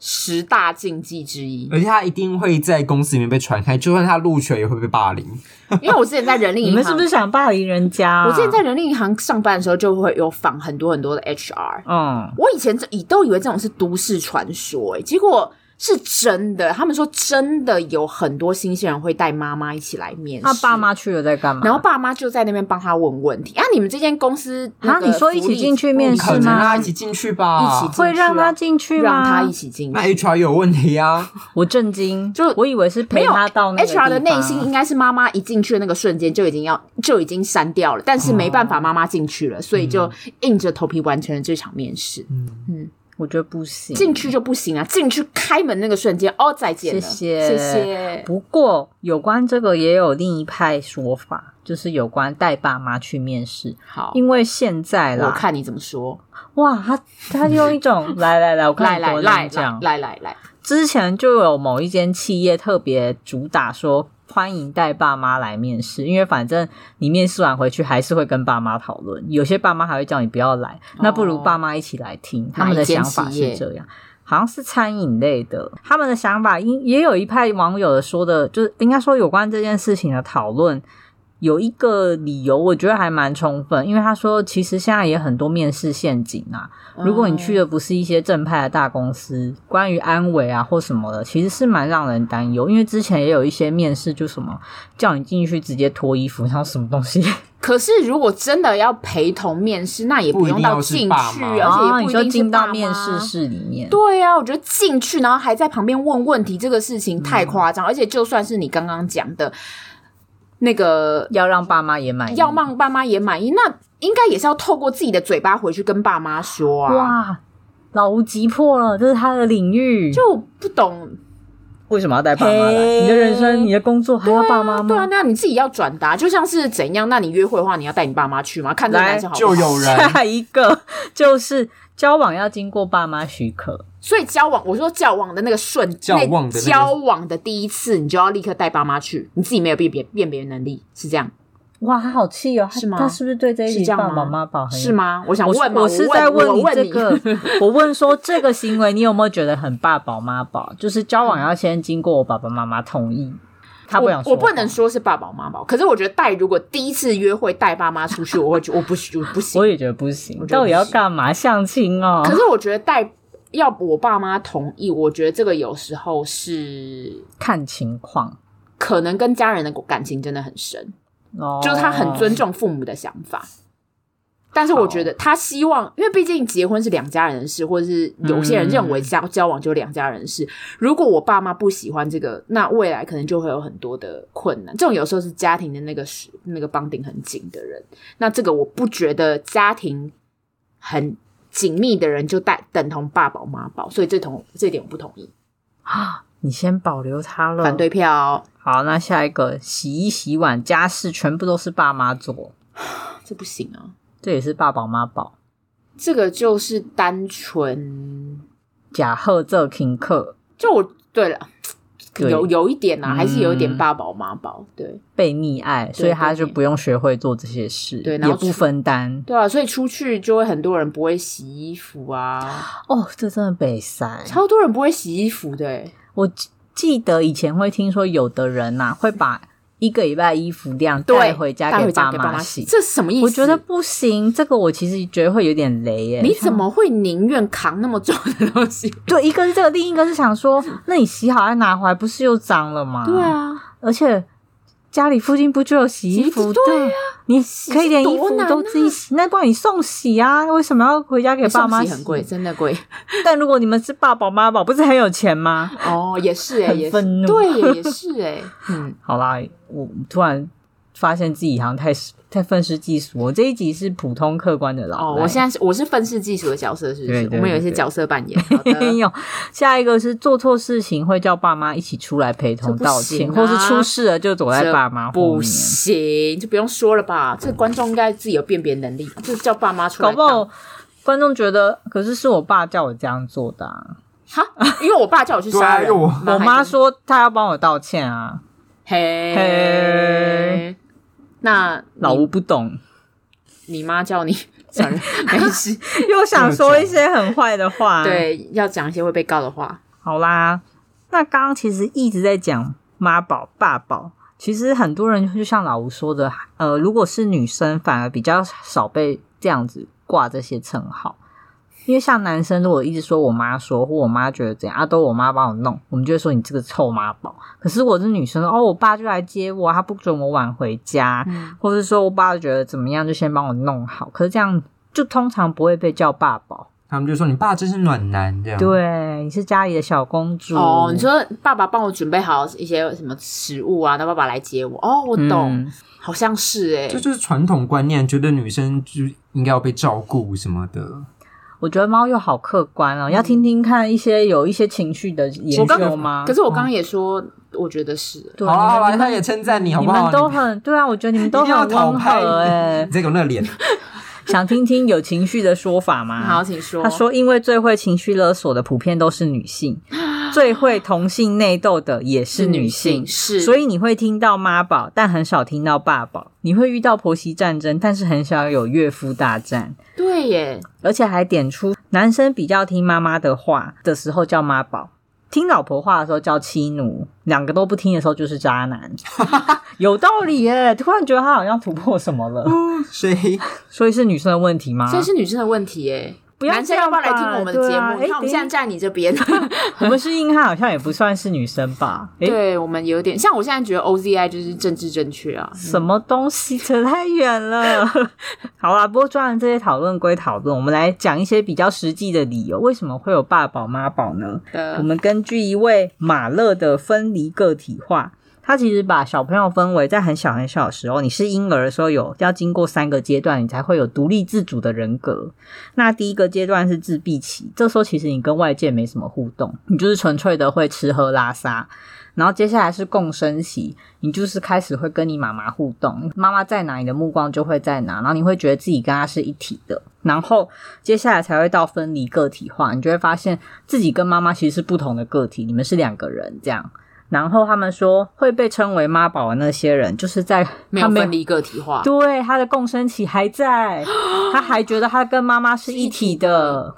Speaker 2: 十大禁忌之一。
Speaker 1: 哎
Speaker 3: 而且她一定会在公司里面被传开，就算她录取了也会被霸凌。
Speaker 2: 因为我之前在人力银
Speaker 1: 你
Speaker 2: 行，
Speaker 1: 们是不是想霸凌人家啊、
Speaker 2: 我之前在人力银行上班的时候，就会有访很多很多的 HR。
Speaker 1: 嗯，
Speaker 2: 我以前这以都以为这种是都市传说、欸，结果是真的，他们说真的有很多新鲜人会带妈妈一起来面试，
Speaker 1: 那爸妈去了在干嘛？
Speaker 2: 然后爸妈就在那边帮他问问题。啊，你们这间公司
Speaker 1: 啊你说一起进去面试
Speaker 3: 可能
Speaker 1: 吗
Speaker 3: 啊，一起进去吧。
Speaker 2: 一起进去啊
Speaker 1: 会让他进去吗？
Speaker 2: 让他一起进去
Speaker 3: 那 HR 有问题啊，
Speaker 1: 我震惊，
Speaker 2: 就
Speaker 1: 我以为是陪
Speaker 2: 没有
Speaker 1: 他到那个地方
Speaker 2: HR 的内心应该是妈妈一进去的那个瞬间就已经要就已经删掉了，但是没
Speaker 1: 哦
Speaker 2: 办法，妈妈进去了，所以
Speaker 1: 嗯
Speaker 2: 就硬着头皮完成了这场面试。
Speaker 3: 嗯，
Speaker 1: 我觉得不行。
Speaker 2: 进去就不行啊，进去开门那个瞬间，哦，再见了，
Speaker 1: 谢谢
Speaker 2: 谢谢。
Speaker 1: 不过，有关这个也有另一派说法，就是有关带爸妈去面试，
Speaker 2: 好，
Speaker 1: 因为现在
Speaker 2: 我
Speaker 1: 啦，
Speaker 2: 看你怎么说。
Speaker 1: 哇，他他用一
Speaker 2: [LAUGHS]
Speaker 1: 种来来来，我
Speaker 2: 来
Speaker 1: 看你
Speaker 2: 来
Speaker 1: 多
Speaker 2: 来
Speaker 1: 认
Speaker 2: 来
Speaker 1: 讲，
Speaker 2: 来来来，
Speaker 1: 之前就有某一间企业特别主打说欢迎带爸妈来面试，因为反正你面试完回去还是会跟爸妈讨论，有些爸妈还会叫你不要来，那不
Speaker 2: 哦
Speaker 1: 如爸妈一起来听，他们的想法是这样。好像是餐饮类的，他们的想法，因也有一派网友说的，就是应该说有关这件事情的讨论，有一个理由，我觉得还蛮充分，因为他说其实现在也很多面试陷阱啊，
Speaker 2: 哦
Speaker 1: 如果你去的不是一些正派的大公司，关于安危啊或什么的，其实是蛮让人担忧。因为之前也有一些面试，就什么叫你进去直接脱衣服，然后什么东西，
Speaker 2: 可是如果真的要陪同面试，那也
Speaker 3: 不一
Speaker 2: 用
Speaker 3: 定
Speaker 2: 到
Speaker 3: 要是
Speaker 2: 进去，
Speaker 3: 爸妈
Speaker 2: 而且也
Speaker 1: 然
Speaker 2: 不
Speaker 1: 后哦
Speaker 2: 一
Speaker 1: 你
Speaker 2: 定
Speaker 1: 就是进
Speaker 2: 爸
Speaker 1: 到
Speaker 2: 妈
Speaker 1: 面试。室里面。
Speaker 2: 对啊，我觉得进去然后还在旁边问问题，这个事情太夸
Speaker 1: 嗯
Speaker 2: 张，而且就算是你刚刚讲的那个
Speaker 1: 要让爸妈也满意，
Speaker 2: 要让爸妈也满意，那应该也是要透过自己的嘴巴回去跟爸妈说啊。
Speaker 1: 哇，老无急迫了，这是他的领域。
Speaker 2: 就不懂，
Speaker 1: 为什么要带爸妈来？
Speaker 2: 嘿
Speaker 1: 你的人生、你的工作还要爸妈
Speaker 2: 对啊
Speaker 1: 吗，？
Speaker 2: 那你自己要转达，就像是怎样？那你约会的话，你要带你爸妈去吗？看这个
Speaker 1: 来
Speaker 2: 男生好不好
Speaker 3: 就有人
Speaker 1: 下一个就是交往要经过爸妈许可，
Speaker 2: 所以交往，我说交往的那个瞬，
Speaker 3: 交往
Speaker 2: 那
Speaker 3: 的那个
Speaker 2: 交往的第一次，你就要立刻带爸妈去，你自己没有辨别辨别能力，是这样
Speaker 1: 哇，他好气哦！他
Speaker 2: 是吗
Speaker 1: 他是不是对这
Speaker 2: 是
Speaker 1: 一
Speaker 2: 这
Speaker 1: 集
Speaker 2: 样
Speaker 1: 爸爸
Speaker 2: 吗
Speaker 1: 妈
Speaker 3: 啊
Speaker 1: 妈很有
Speaker 2: 是
Speaker 3: 哎
Speaker 2: 吗？我想
Speaker 1: 我
Speaker 2: 问嘛，
Speaker 1: 我是
Speaker 2: 问
Speaker 1: 在
Speaker 2: 我
Speaker 1: 你
Speaker 2: 问
Speaker 1: 这个， [LAUGHS] 我问说这个行为你有没有觉得很爸宝妈宝？就是交往要先经过我爸爸妈妈同意，他不想
Speaker 2: 我
Speaker 1: 说
Speaker 2: 我不能，说是爸爸妈妈，可是我觉得带如果第一次约会带爸妈出去，我会觉得我不我不行
Speaker 1: 我。也觉得不行
Speaker 2: 我，觉得
Speaker 1: 到底要
Speaker 2: 不行
Speaker 1: 干嘛相亲哦？
Speaker 2: 可是我觉得带要我爸妈同意，我觉得这个有时候是
Speaker 1: 看情况
Speaker 2: 可能跟家人的感情真的很深。
Speaker 1: 哦，
Speaker 2: 就是他很尊重父母的想法。但是我觉得他希望，因为毕竟结婚是两家人的事，或者是有些人认为交交往就是两家人的事。如果我爸妈不喜欢这个，那未来可能就会有很多的困难。这种有时候是家庭的那个是那个绑定很紧的人，那这个我不觉得家庭很紧密的人就带等同爸宝妈宝，所以这同这点我不同意，
Speaker 1: 啊。你先保留他了，
Speaker 2: 反对。票哦、
Speaker 1: 好，那下一个洗衣、洗碗、家事全部都是爸妈做，
Speaker 2: 这不行啊，
Speaker 1: 这也是爸宝妈宝。
Speaker 2: 这个就是单纯
Speaker 1: 假贺这请客
Speaker 2: 就我对了，
Speaker 1: 对
Speaker 2: 有有一点啊，
Speaker 1: 嗯
Speaker 2: 还是有一点爸宝妈宝，对
Speaker 1: 被溺爱，所以他
Speaker 2: 被溺
Speaker 1: 就不用学会做这些事，
Speaker 2: 对然
Speaker 1: 也
Speaker 2: 后
Speaker 1: 不
Speaker 2: 出
Speaker 1: 分担。
Speaker 2: 对啊，所以出去就会很多人不会洗衣
Speaker 1: [GASPS]
Speaker 2: 服啊，
Speaker 1: 哦，这真的北塞。
Speaker 2: 超多人不会洗衣服的、欸，
Speaker 1: 我记记得以前会听说，有的人呐、会把一个礼拜衣服量
Speaker 2: 对，
Speaker 1: 带回家
Speaker 2: 带
Speaker 1: 给
Speaker 2: 回家给
Speaker 1: 妈
Speaker 2: 妈这是什么意思？
Speaker 1: 我觉得不行，这个我其实觉得会有点雷耶。
Speaker 2: 你怎么会宁愿扛那么重的
Speaker 1: [LAUGHS]
Speaker 2: 东西？
Speaker 1: 对？一个是这个，另一个是想说，那你洗好再拿回来，不是又脏了吗？
Speaker 2: 对，啊，
Speaker 1: 而且家里附近不就有洗衣服
Speaker 2: 洗衣机对啊
Speaker 1: 你
Speaker 2: 洗
Speaker 1: 可以连
Speaker 2: 是
Speaker 1: 衣
Speaker 2: 多
Speaker 1: 服
Speaker 2: 难
Speaker 1: 都
Speaker 2: 啊
Speaker 1: 自己洗，那不然你送洗啊？为什么要回家给爸妈
Speaker 2: 送洗很贵，？真
Speaker 1: [LAUGHS]
Speaker 2: 的贵
Speaker 1: 但如果你们是爸宝妈宝，不是很有钱吗？
Speaker 2: 哦，也是哎、
Speaker 1: 很
Speaker 2: 也是
Speaker 1: 愤怒
Speaker 2: 对耶，也是哎、嗯，
Speaker 1: 好啦，我突然发现自己好像太太愤世嫉俗。我这一集是普通客观的老
Speaker 2: 哦，
Speaker 1: 赖
Speaker 2: 我现在是我是愤世嫉俗的角色，是不
Speaker 1: 对
Speaker 2: 是？
Speaker 1: 对
Speaker 2: 我们有一些
Speaker 1: 对
Speaker 2: 角色扮演，好的
Speaker 1: 没。有。下一个是做错事情会叫爸妈一起出来陪同
Speaker 2: 这不
Speaker 1: 道歉，
Speaker 2: 行啊
Speaker 1: 或是出事了就走在爸妈后
Speaker 2: 不
Speaker 1: 面。
Speaker 2: 行，就不用说了吧。这观众应该自己有辨别能力，就叫爸妈出来
Speaker 1: 搞
Speaker 2: 挡。
Speaker 1: 不好观众觉得，可是是我爸叫我这样做的、啊。
Speaker 2: 哈，因为我爸叫我去杀
Speaker 1: [LAUGHS]
Speaker 3: 对啊因
Speaker 2: 人，
Speaker 3: 为我
Speaker 1: 我妈
Speaker 2: 还
Speaker 1: 说她要帮我道歉啊，
Speaker 2: 嘿
Speaker 1: 嘿
Speaker 2: 那
Speaker 1: 老吴
Speaker 2: 你
Speaker 1: 不懂，
Speaker 2: 你妈叫你， [LAUGHS] 算
Speaker 1: [LAUGHS]
Speaker 2: 了，没事。
Speaker 1: 又想说一些很坏的 [LAUGHS] 话。，
Speaker 2: 对，要讲一些会被告的话。
Speaker 1: 好啦，那刚刚其实一直在讲妈宝、爸宝，其实很多人就像老吴说的，呃，如果是女生，反而比较少被这样子挂这些称号。因为像男生，如果一直说我妈说或我妈觉得怎样啊，都我妈帮我弄，我们就会说你这个臭妈宝。可是我是女生，哦，我爸就来接我，他不准我晚回家，
Speaker 2: 嗯
Speaker 1: 或是说我爸觉得怎么样就先帮我弄好。可是这样就通常不会被叫爸宝，
Speaker 3: 他们就说你爸真是暖男这样。，
Speaker 1: 对，你是家里的小公主
Speaker 2: 哦，你说爸爸帮我准备好一些什么食物啊，让爸爸来接我。哦，我懂，
Speaker 1: 嗯
Speaker 2: 好像是哎、
Speaker 3: 这就是传统观念，觉得女生就应该要被照顾什么的。
Speaker 1: 我觉得猫又好客观哦，要听听看一些有一些情绪的研
Speaker 2: 嗯我刚
Speaker 1: 究吗？
Speaker 2: 可是我刚刚也说，我觉得是。
Speaker 1: 对
Speaker 3: 好啊了好
Speaker 1: 你们
Speaker 3: 了，他也称赞你好
Speaker 1: 你
Speaker 3: 不好？
Speaker 1: 们都很对啊，我觉得你们都
Speaker 3: 一定要
Speaker 1: 很
Speaker 3: 讨
Speaker 1: 温
Speaker 3: 拍 [LAUGHS]
Speaker 1: 和哎、
Speaker 3: 你这个那脸， [LAUGHS]
Speaker 1: 想听听有情绪的说法吗？
Speaker 2: 好，，请说。
Speaker 1: 啊他说因为最会情绪勒索的普遍都是女
Speaker 2: [GASPS]
Speaker 1: 性，最会同性内斗的也是女性。
Speaker 2: 是，
Speaker 1: 所以你会听到妈宝，但很少听到爸宝；你会遇到婆媳战争，但是很少有岳父大战。
Speaker 2: 对耶，
Speaker 1: 而且还点出男生比较听妈妈的话的时候叫妈宝，听老婆话的时候叫妻奴，两个都不听的时候就是渣男。 [LAUGHS] 有道理耶！突然觉得他好像突破什么了，
Speaker 3: 谁
Speaker 1: 所以是女生的问题吗？
Speaker 2: 这嗯是女生的问题耶。
Speaker 1: 不要
Speaker 2: 男
Speaker 1: 这
Speaker 2: 生要
Speaker 1: 样
Speaker 2: 啊不
Speaker 1: 吧
Speaker 2: 要来听我们的
Speaker 1: 对
Speaker 2: 节
Speaker 1: 啊
Speaker 2: 目？你看
Speaker 1: 哎
Speaker 2: 我们现在站你这边，啊 [LAUGHS]
Speaker 1: 我们是硬汉，好像也不算是女生吧？诶，
Speaker 2: 哎对我们有点像我现在觉得 OZI 就是政治正确啊，
Speaker 1: 什么东西扯太远了。好啦，不过抓完这些讨论归讨论，我们来讲一些比较实际的理由，为什么会有爸宝妈宝呢？我
Speaker 2: 的
Speaker 1: 们根据一位马勒的分离个体化，他其实把小朋友分为在很小很小的时候，你是婴儿的时候有要经过三个阶段，你才会有独立自主的人格。那第一个阶段是自闭期，这时候其实你跟外界没什么互动，你就是纯粹的会吃喝拉撒。然后接下来是共生期，你就是开始会跟你妈妈互动，妈妈在哪，你的目光就会在哪，然后你会觉得自己跟她是一体的。然后接下来才会到分离个体化，你就会发现自己跟妈妈其实是不同的个体，你们是两个人这样。然后他们说会被称为妈宝的那些人，就是在
Speaker 2: 没
Speaker 1: 他
Speaker 2: 有
Speaker 1: 们
Speaker 2: 分离个体化，
Speaker 1: 对，他的共生期还在，他还觉得他跟妈妈是一体的，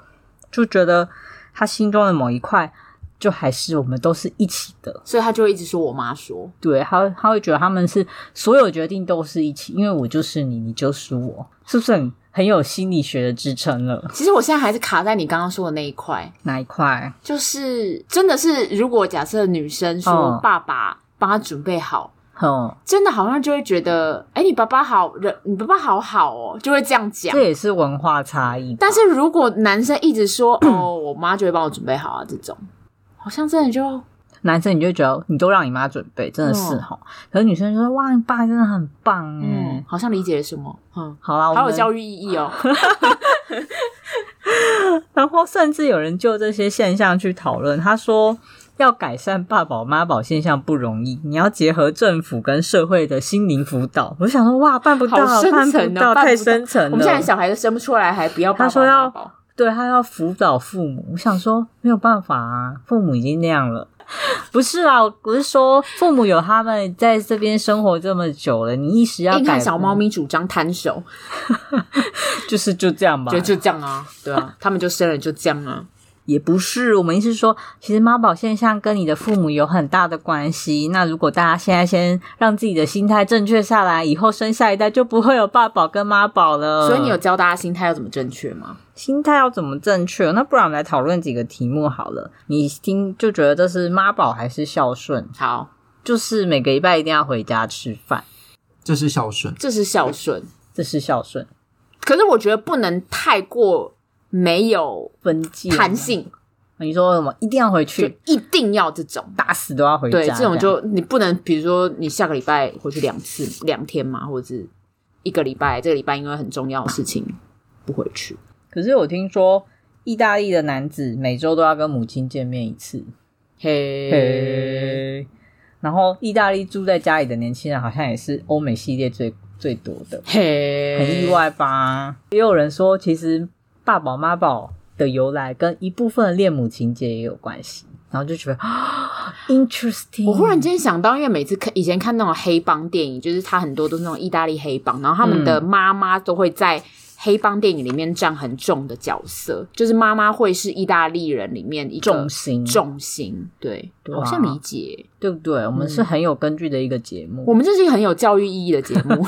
Speaker 1: 就觉得他心中的某一块就还是我们都是一起的。
Speaker 2: 所以他就会一直说我妈说，
Speaker 1: 对，他会他会觉得他们是所有决定都是一起，因为我就是你，你就是我，是不是很很有心理学的支撑了？
Speaker 2: 其实我现在还是卡在你刚刚说的那一块，
Speaker 1: 哪一块？
Speaker 2: 就是真的是如果假设女生说
Speaker 1: 嗯
Speaker 2: 爸爸帮她准备好。
Speaker 1: 哦，
Speaker 2: 真的好像就会觉得，哎、你爸爸好人，你爸爸好好哦，就会这样讲
Speaker 1: 这。也是文化差异吧。
Speaker 2: 但是如果男生一直说，哦，我妈就会帮我准备好啊，这种好像真的就
Speaker 1: 男生你就觉得你都让你妈准备，真的是
Speaker 2: 嗯
Speaker 1: 哈、可是女生就说哇，你爸真的很棒哎、
Speaker 2: 嗯，好像理解了什么，嗯，
Speaker 1: 好啦，我
Speaker 2: 好
Speaker 1: 们
Speaker 2: 有教育意义哦。
Speaker 1: 然后甚至有人就这些现象去讨论，他说要改善爸宝妈宝现象不容易，你要结合政府跟社会的心灵辅导。我想说，哇，办不到，
Speaker 2: 好深
Speaker 1: 办
Speaker 2: 层
Speaker 1: 不
Speaker 2: 哦
Speaker 1: 到，
Speaker 2: 办不到
Speaker 1: 太深层了。
Speaker 2: [LAUGHS] 我们现在小孩都生不出来，还不要爸
Speaker 1: 他
Speaker 2: 爸
Speaker 1: 说
Speaker 2: 妈
Speaker 1: 要
Speaker 2: 宝。
Speaker 1: 对他要辅导父母，我想说没有办法啊，父母已经那样了。 [LAUGHS] 不是啊，我是说父母有他们在这边生活这么久了，你一时要
Speaker 2: 哎你
Speaker 1: 改，
Speaker 2: 看小猫咪主张摊手，
Speaker 1: 就是就这样吧
Speaker 2: 就。就这样啊，对啊， [LAUGHS] 他们就生了就这样啊，
Speaker 1: 也不是，我们意思是说，其实妈宝现象跟你的父母有很大的关系。那如果大家现在先让自己的心态正确下来，以后生下一代就不会有爸宝跟妈宝了。
Speaker 2: 所以你有教大家心态要怎么正确吗？
Speaker 1: 心态要怎么正确？那不然我们来讨论几个题目好了。你听就觉得这是妈宝还是孝顺？
Speaker 2: 好，
Speaker 1: 就是每个礼拜一定要回家吃饭，
Speaker 3: 这是孝顺。
Speaker 2: 这是孝顺，
Speaker 1: 这是孝顺。
Speaker 2: 可是我觉得不能太过没有
Speaker 1: 分界吗
Speaker 2: 弹，性，
Speaker 1: 你说什么？一定要回
Speaker 2: 就
Speaker 1: 去，
Speaker 2: 一定要这种。
Speaker 1: 打死都要回家。
Speaker 2: 对，这种
Speaker 1: 样
Speaker 2: 就你不能，比如说你下个礼拜回去两次、两天嘛，或者是一个礼拜，这个礼拜因为很重要的事情不回去。
Speaker 1: 可是我听说，意大利的男子每周都要跟母亲见面一次。
Speaker 2: 嘿，
Speaker 1: 然后意大利住在家里的年轻人好像也是欧美系列最最多的，
Speaker 2: 嘿，
Speaker 1: 很意。外吧？也有人说，其实爸宝妈宝的由来跟一部分的恋母情节也有关系，然后就觉得、啊 interesting。
Speaker 2: 我忽然间想到，因为每次看以前嗯看那种黑帮电影，就是他很多都是那种意大利黑帮，然后他们的妈妈都会在黑帮电影里面占很重的角色，就是妈妈会是意大利人里面一个
Speaker 1: 重心
Speaker 2: 重心，对，
Speaker 1: 对啊
Speaker 2: 好像理解。
Speaker 1: 对不对？我们是很有根据的一个节目。
Speaker 2: 我们这是一个很有教育意义的节目，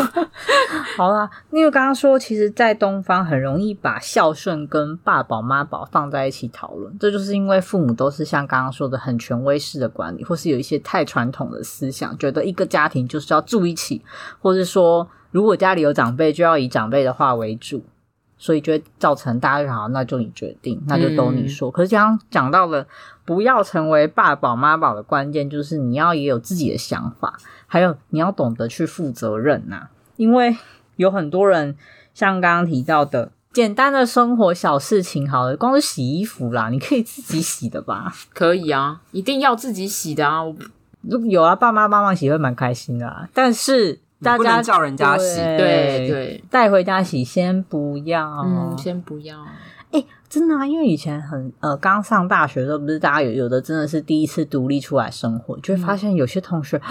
Speaker 1: 好啦，因为刚刚说，其实，在东方很容易把孝顺跟爸宝妈宝放在一起讨论，这就是因为父母都是像刚刚说的很权威式的管理，或是有一些太传统的思想，觉得一个家庭就是要住一起，或是说如果家里有长辈，就要以长辈的话为主，所以就会造成大家就好，那就你决定，那就都你说。可是刚刚讲到了，不要成为爸宝妈宝的关键，就是你要也有自己的想法，还有你要懂得去负责任呐、啊因为有很多人像刚刚提到的。简单的生活小事情，好了，光是洗衣服啦，你可以自己洗的吧？
Speaker 2: [LAUGHS]
Speaker 1: [LAUGHS]
Speaker 2: 可以啊，一定要自己洗的啊，我
Speaker 1: 如果有啊，爸妈帮忙洗会蛮开心的啊。但是
Speaker 3: 你
Speaker 1: 大
Speaker 3: 不
Speaker 1: 家
Speaker 3: 能叫人家洗
Speaker 2: 对对，
Speaker 1: 带回家洗先不要。
Speaker 2: 嗯，先不要，
Speaker 1: 哎、真的啊，因为以前很呃，刚上大学的时候，不是大家有有的真的是第一次独立出来生活，就会发
Speaker 2: 嗯
Speaker 1: 现有些同学、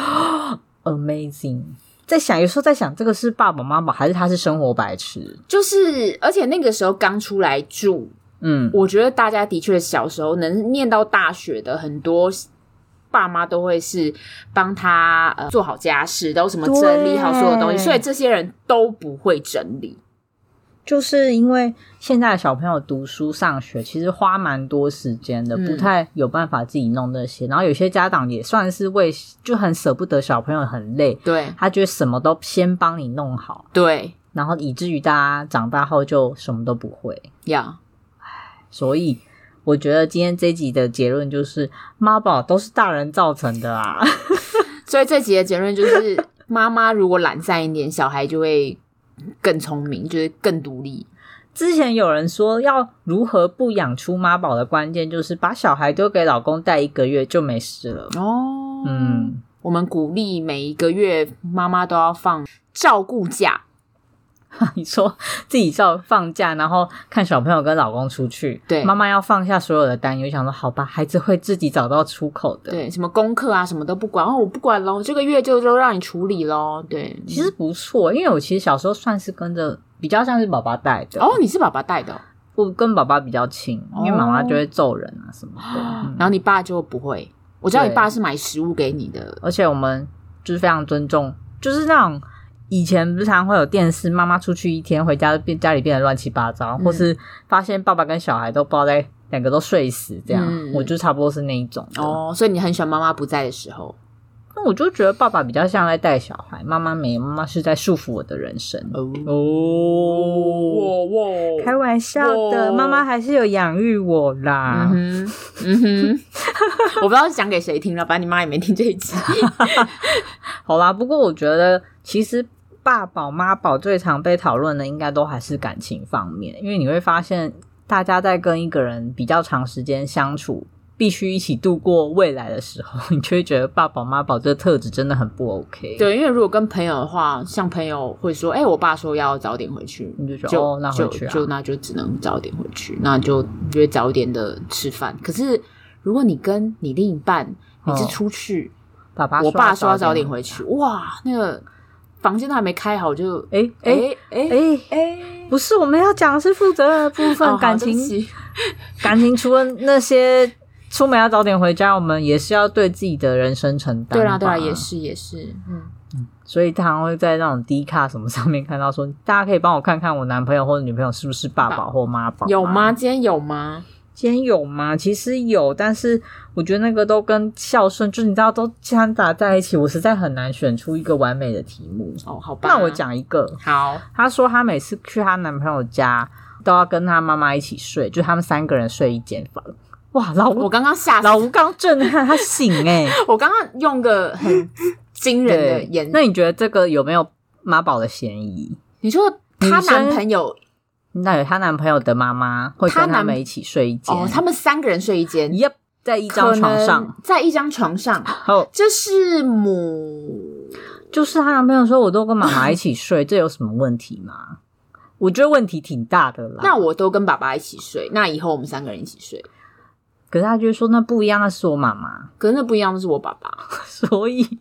Speaker 1: amazing，在想有时候在想这个是爸爸妈妈还是他是生活白痴？
Speaker 2: 就是而且那个时候刚出来住，
Speaker 1: 嗯，
Speaker 2: 我觉得大家的确小时候能念到大学的很多。爸妈都会是帮他呃做好家事，都什么
Speaker 1: 对
Speaker 2: 整理好所有东西，所以这些人都不会整理。
Speaker 1: 就是因为现在的小朋友读书上学，其实花蛮多时间的，
Speaker 2: 嗯
Speaker 1: 不太有办法自己弄那些。然后有些家长也算是为就很舍不得小朋友很累，
Speaker 2: 对
Speaker 1: 他觉得什么都先帮你弄好，
Speaker 2: 对
Speaker 1: 然后以至于大家长大后就什么都不会。
Speaker 2: 呀，
Speaker 1: 所以我觉得今天这集的结论就是，妈宝都是大人造成的啊。 [LAUGHS]
Speaker 2: 所以这集的结论 [LAUGHS] 就是，妈妈如果懒散一点，小孩就会更聪明，就是更独立。
Speaker 1: 之前有人说，要如何不养出妈宝的关键就是把小孩丢给老公带一个月就没事了。
Speaker 2: 哦，
Speaker 1: 嗯，
Speaker 2: 我们鼓励每一个月妈妈都要放照顾假，
Speaker 1: [LAUGHS] 你说自己照放假，然后看小朋友跟老公出去，
Speaker 2: 对
Speaker 1: 妈妈要放下所有的担忧，想说好吧，孩子会自己找到出口的。，
Speaker 2: 对，什么功课啊，什么都不管，哦，我不管喽，这个月就都让你处理喽。对，
Speaker 1: 其实不错，因为我其实小时候算是跟着比较像是爸爸带的，
Speaker 2: 哦，你是爸爸带的哦、
Speaker 1: 我跟爸爸比较亲，因为妈妈就会揍人啊什么的。嗯
Speaker 2: 然后你爸就不会。我知道你
Speaker 1: 对
Speaker 2: 爸是买食物给你的，
Speaker 1: 而且我们就是非常尊重，就是那种以前不是常会有电视，妈妈出去一天回家变家里变得乱七八糟，
Speaker 2: 嗯
Speaker 1: 或是发现爸爸跟小孩都不知道在两个都睡死这样，
Speaker 2: 嗯
Speaker 1: 我就差不多是那一种的。
Speaker 2: 哦，所以你很喜欢妈妈不在的时候。
Speaker 1: 那我就觉得爸爸比较像在带小孩，妈妈没，妈妈是在束缚我的人生。
Speaker 2: 哦，
Speaker 1: 哦，
Speaker 2: 哇
Speaker 1: 开玩笑的，
Speaker 2: 哦
Speaker 1: 妈妈还是有养育我啦。
Speaker 2: 嗯哼，嗯哼， [LAUGHS] 我不知道是讲给谁听了，反正你妈也没听这一集。 [LAUGHS]
Speaker 1: 好啦，不过我觉得其实爸宝妈宝最常被讨论的，应该都还是感情方面，因为你会发现大家在跟一个人比较长时间相处，必须一起度过未来的时候，你就会觉得爸宝妈宝这个特质真的很不 OK。，
Speaker 2: 对，因为如果跟朋友的话，像朋友会说，哎、我爸说要早点回去，
Speaker 1: 你就觉得
Speaker 2: 就、
Speaker 1: 哦那回
Speaker 2: 就
Speaker 1: 去啊
Speaker 2: 就那就只能早点回去，那就约早一点的吃饭。可是如果你跟你另一半，每次
Speaker 1: 哦
Speaker 2: 出去，
Speaker 1: 爸爸
Speaker 2: 我爸说要
Speaker 1: 要
Speaker 2: 早
Speaker 1: 早
Speaker 2: 点回。去，哇，那个房间都还没开好就，
Speaker 1: 哎哎
Speaker 2: 哎哎哎
Speaker 1: 哎，
Speaker 2: 哎，
Speaker 1: 不是，我们要讲的是负责任的部分，
Speaker 2: 哦
Speaker 1: 感
Speaker 2: 好对不
Speaker 1: 情
Speaker 2: 起
Speaker 1: 感情除了那些。出门要早点回家，我们也是要对自己的人生承担吧。
Speaker 2: 对啦对啦，也是也是，嗯，
Speaker 1: 所以常常会在那种低卡什么上面看到说，大家可以帮我看看我男朋友或者女朋友是不是爸宝或妈宝？啊
Speaker 2: 有吗？？今天有吗？
Speaker 1: 今天有吗？其实有，但是我觉得那个都跟孝顺，就是你知道都掺杂在一起，我实在很难选出一个完美的题目。
Speaker 2: 哦，好吧，
Speaker 1: 那我讲一个，
Speaker 2: 好，
Speaker 1: 她说她每次去她男朋友家都要跟她妈妈一起睡，就他们三个人睡一间房。哇，老
Speaker 2: 我
Speaker 1: 吴
Speaker 2: 刚刚吓死
Speaker 1: 老吴刚震撼，他醒哎、欸，
Speaker 2: 我刚刚用个很惊 [LAUGHS] 人的
Speaker 1: 对
Speaker 2: 言，，
Speaker 1: 那你觉得这个有没有妈宝的嫌疑？
Speaker 2: 你说她
Speaker 1: 女生
Speaker 2: 男朋友
Speaker 1: 那有她男朋友的妈妈会
Speaker 2: 她
Speaker 1: 跟他
Speaker 2: 男
Speaker 1: 们一起睡一间，
Speaker 2: 哦，他们三个人睡一间，
Speaker 1: yep, 在一张床上，，
Speaker 2: 在一张床上，
Speaker 1: 后
Speaker 2: 这是母
Speaker 1: 就是她男朋友说我都跟妈妈一起睡，这有什么问题吗？我觉得问题挺大的啦。
Speaker 2: 那我都跟爸爸一起睡，那以后我们三个人一起睡。
Speaker 1: 可是他就会说那不一样，那是我妈妈， [LAUGHS]
Speaker 2: 可是那不一样，那是我爸爸，
Speaker 1: 所以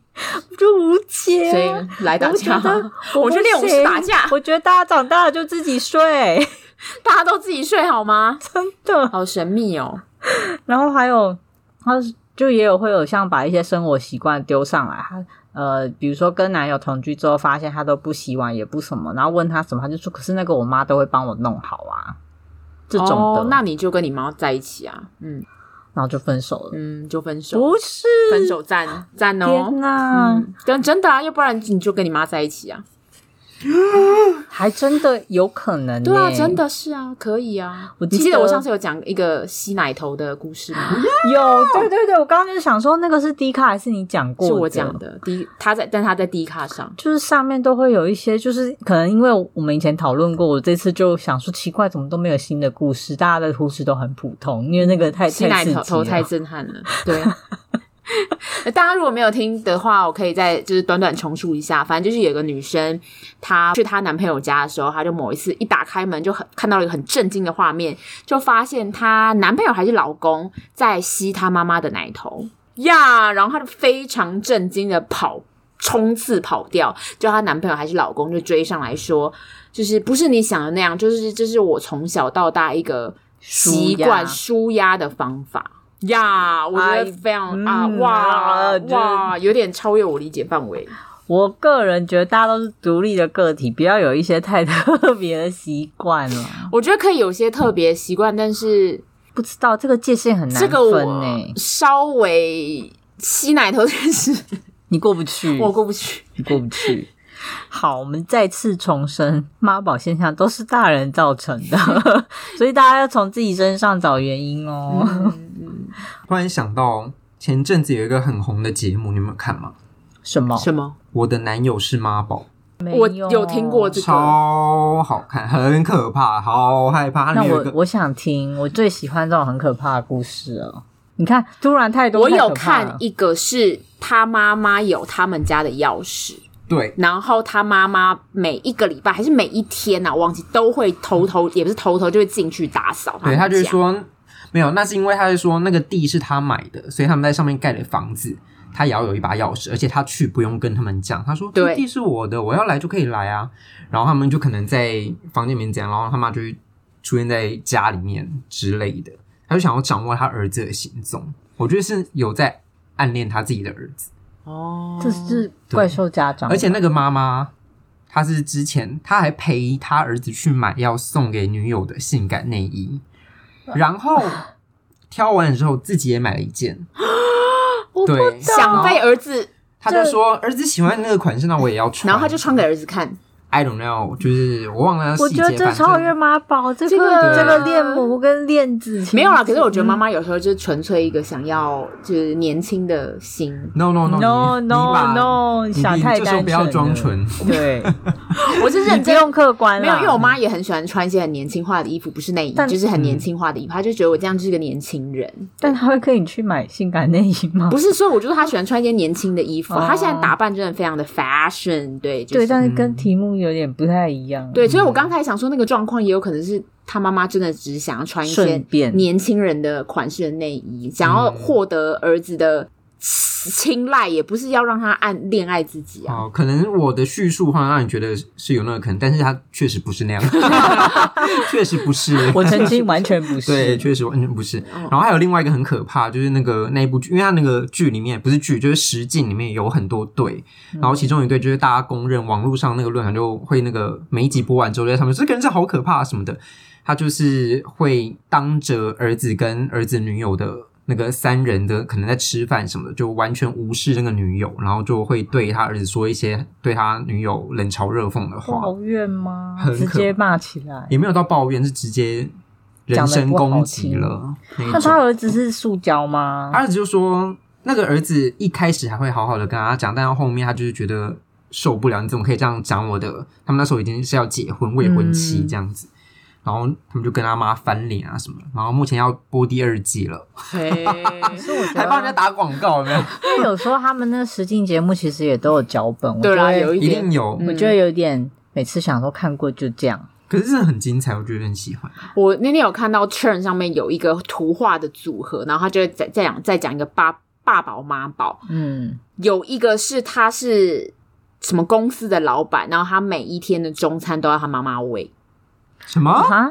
Speaker 1: 我就无解啊。
Speaker 2: 所以来打
Speaker 1: 我
Speaker 2: 架
Speaker 1: 觉。得
Speaker 2: 我去练武士打
Speaker 1: 不行
Speaker 2: 架，
Speaker 1: 我觉得大家长大了就自己睡， [LAUGHS]
Speaker 2: 大家都自己睡好吗？
Speaker 1: 真的。
Speaker 2: [LAUGHS] 好神秘哦。
Speaker 1: 然后还有，他就也有会有像把一些生活习惯丢上来，他呃，比如说跟男友同居之后，发现他都不洗碗也不什么，然后问他什么，他就说：“可是那个我妈都会帮我弄好啊。”这种的，
Speaker 2: 哦，那你就跟你妈在一起啊，嗯
Speaker 1: 然后就分手了。
Speaker 2: 嗯，就分手，
Speaker 1: 不是，
Speaker 2: 分手赞赞哦
Speaker 1: 天。哪，
Speaker 2: 嗯，跟真的啊，要不然你就跟你妈在一起啊。
Speaker 1: 还真的有可能、欸。
Speaker 2: 对啊，真的是啊，可以啊。
Speaker 1: 我
Speaker 2: 你
Speaker 1: 记
Speaker 2: 记得我
Speaker 1: 得
Speaker 2: 上次有讲一个吸奶头的故事吗？
Speaker 1: 有，对对对，我刚刚就是想说，那个是低卡还是你讲过？
Speaker 2: 是我讲。的，第他在，但他在 D 卡上，
Speaker 1: 就是上面都会有一些，就是可能因为我们以前讨论过，我这次就想说奇怪，怎么都没有新的故事，大家的故事都很普通，因为那个太
Speaker 2: 吸奶
Speaker 1: 太刺
Speaker 2: 头头
Speaker 1: 激
Speaker 2: 太
Speaker 1: 了。
Speaker 2: 震撼了。 [LAUGHS] 对，呃大家如果没有听的话，我可以再就是短短重述一下。反正就是有个女生，她去她男朋友家的时候，她就某一次一打开门就很看到了一个很震惊的画面，就发现她男朋友还是老公在吸她妈妈的奶头呀然后她就非常震惊的跑。冲刺跑掉，就她男朋友还是老公就追上来说，就是不是你想的那样，就是这是我从小到大一个习惯舒压的方法呀我觉得非常、
Speaker 1: 哎
Speaker 2: 啊，
Speaker 1: 嗯
Speaker 2: 哇
Speaker 1: 啊就是
Speaker 2: 哇，有点超越我理解范围。
Speaker 1: 我个人觉得大家都是独立的个体，不要有一些太特别的习惯了。
Speaker 2: 我觉得可以有些特别习惯，但是
Speaker 1: 不知道这个界限很难
Speaker 2: 这
Speaker 1: 分欸
Speaker 2: 个我
Speaker 1: 呢、
Speaker 2: 稍微吸奶头这件事，
Speaker 1: 你过不去，
Speaker 2: 我过不去。
Speaker 1: 你过不去。好，我们再次重申，妈宝现象都是大人造成
Speaker 2: [LAUGHS]
Speaker 1: 的，所以大家要从自己身上找原因哦。
Speaker 2: 嗯
Speaker 3: 突然想到前阵子有一个很红的节目，你们有看吗？
Speaker 1: 什么？
Speaker 2: 什么？
Speaker 3: 我的男友是妈宝，
Speaker 1: 没
Speaker 2: 我有听过这个，
Speaker 3: 超好看，很可怕，好害怕。它
Speaker 1: 那
Speaker 3: 里面啊有一
Speaker 1: 我
Speaker 3: 个
Speaker 1: 我想听，我最喜欢这种很可怕的故事了。你看，突然太多，
Speaker 2: 我
Speaker 1: 太
Speaker 2: 有
Speaker 1: 可怕了
Speaker 2: 看一个是他妈妈有他们家的钥匙，
Speaker 3: 对
Speaker 2: 然后他妈妈每一个礼拜还是每一天呐、啊，我忘记都会偷偷，也不是偷偷，就会进去打扫他们
Speaker 3: 对，
Speaker 2: 家。
Speaker 3: 他就是说没有，那是因为他是说那个地是他买的，所以他们在上面盖的房子，他也要有一把钥匙，而且他去不用跟他们讲，他说
Speaker 2: 对
Speaker 3: 这地是我的，我要来就可以来啊。然后他们就可能在房间里面讲，然后他妈就会出现在家里面之类的，他就想要掌握他儿子的行踪，我觉得是有在暗恋他自己的儿子。
Speaker 2: 哦，
Speaker 1: 这是怪兽家长，
Speaker 3: 而且那个妈妈，她是之前她还陪她儿子去买要送给女友的性感内衣，然后挑完之后自己也买了一件。
Speaker 1: 我不
Speaker 3: 对，
Speaker 2: 想被
Speaker 3: 然后
Speaker 2: 儿子，
Speaker 3: 她就说儿子喜欢那个款式，那我也要穿。
Speaker 2: 然后他就穿给儿子看，
Speaker 3: I don't know，就是我忘了
Speaker 1: 我
Speaker 3: 细节，
Speaker 1: 觉得这
Speaker 3: 反
Speaker 1: 超越
Speaker 3: 正
Speaker 1: 妈宝，这
Speaker 2: 这
Speaker 1: 个
Speaker 2: 个啊
Speaker 1: 这个恋母跟恋子情
Speaker 2: 没有啦。可是我觉得妈妈有时候就是纯粹一个想要就是年轻的心，
Speaker 3: no no no
Speaker 1: no
Speaker 3: 嗯你你把
Speaker 1: no no，
Speaker 3: 你
Speaker 1: 想
Speaker 3: 你
Speaker 1: 太
Speaker 3: 这时候
Speaker 1: 单
Speaker 3: 不要
Speaker 1: 纯
Speaker 3: 装
Speaker 1: 了
Speaker 3: 纯， [LAUGHS]
Speaker 1: 对，
Speaker 2: [LAUGHS] [LAUGHS] 我是
Speaker 1: 你
Speaker 2: 认
Speaker 1: 不
Speaker 2: 真。
Speaker 1: 用客观
Speaker 2: 没
Speaker 1: 啦
Speaker 2: 有，因为我妈也很喜欢穿一些很年轻化的衣服，不是内衣，
Speaker 1: 但
Speaker 2: 啊就是很年轻化的衣服。她就觉得我这样就是个年轻人，
Speaker 1: 但她会跟你去买性感内衣吗？
Speaker 2: 不是所以我就说她喜欢穿一些年轻的衣服。
Speaker 1: 嗯哦
Speaker 2: 她现在打扮真的非常的 fashion，对，就是
Speaker 1: 对，但是嗯跟
Speaker 3: 嗯
Speaker 1: 题目有点不太一样。
Speaker 2: 对，所以我刚才想说，那个状况也有可能是他妈妈真的只想要穿一些
Speaker 1: 顺便
Speaker 2: 年轻人的款式的内衣，想要获得儿子的青睐，也不是要让他暗恋爱自己啊。
Speaker 3: 哦，可能我的叙述好像让你觉得是有那个可能，但是它确实不是那
Speaker 1: [LAUGHS]
Speaker 3: 样， [LAUGHS] 确实不是。
Speaker 1: 我曾经完全不是，嗯
Speaker 3: 对，确实完全不是。然后还有另外一个很可怕，就是那个那一部剧，因为它那个剧里面不是剧，就是实境里面有很多队，
Speaker 1: 嗯
Speaker 3: 然后其中一队就是大家公认网络上那个论坛就会那个每一集播完之后就在上面，这个人是好可怕啊什么的，他就是会当着儿子跟儿子女友的。那个三人的可能在吃饭什么的，就完全无视那个女友，然后就会对他儿子说一些对他女友冷嘲热讽的话。
Speaker 1: 抱怨吗？
Speaker 3: 很
Speaker 1: 直
Speaker 3: 可
Speaker 1: 接骂起来。
Speaker 3: 也没有到抱怨，是直接人身攻击了那一
Speaker 1: 啊那
Speaker 3: 种。
Speaker 1: 他儿子是塑胶吗？
Speaker 3: 他儿子就说，那个儿子一开始还会好好的跟他讲，但到后面他就是觉得受不了，你怎么可以这样讲我的？他们那时候已经是要结婚未婚妻
Speaker 2: 嗯
Speaker 3: 这样子。然后他们就跟他妈翻脸啊什么，然后目前要播第二季了，
Speaker 1: [LAUGHS] 可是我觉得
Speaker 3: 还帮人家打广告，有没有？
Speaker 1: 因为有时候他们那个实境节目其实也都有脚本，我
Speaker 2: 对
Speaker 1: 觉
Speaker 2: 啦，
Speaker 1: 得
Speaker 2: 有一嗯
Speaker 3: 一
Speaker 2: 点
Speaker 3: 定有，
Speaker 1: 我觉得有点每次想说看过就这样，
Speaker 3: 可是真的很精彩，我觉得很喜欢。
Speaker 2: 我那天有看到 Turn 上面有一个图画的组合，然后他就再再讲再讲一个爸爸宝妈宝，
Speaker 1: 嗯，
Speaker 2: 有一个是他是什么公司的老板，然后他每一天的中餐都要他妈妈喂，
Speaker 3: 什么？
Speaker 1: 啊，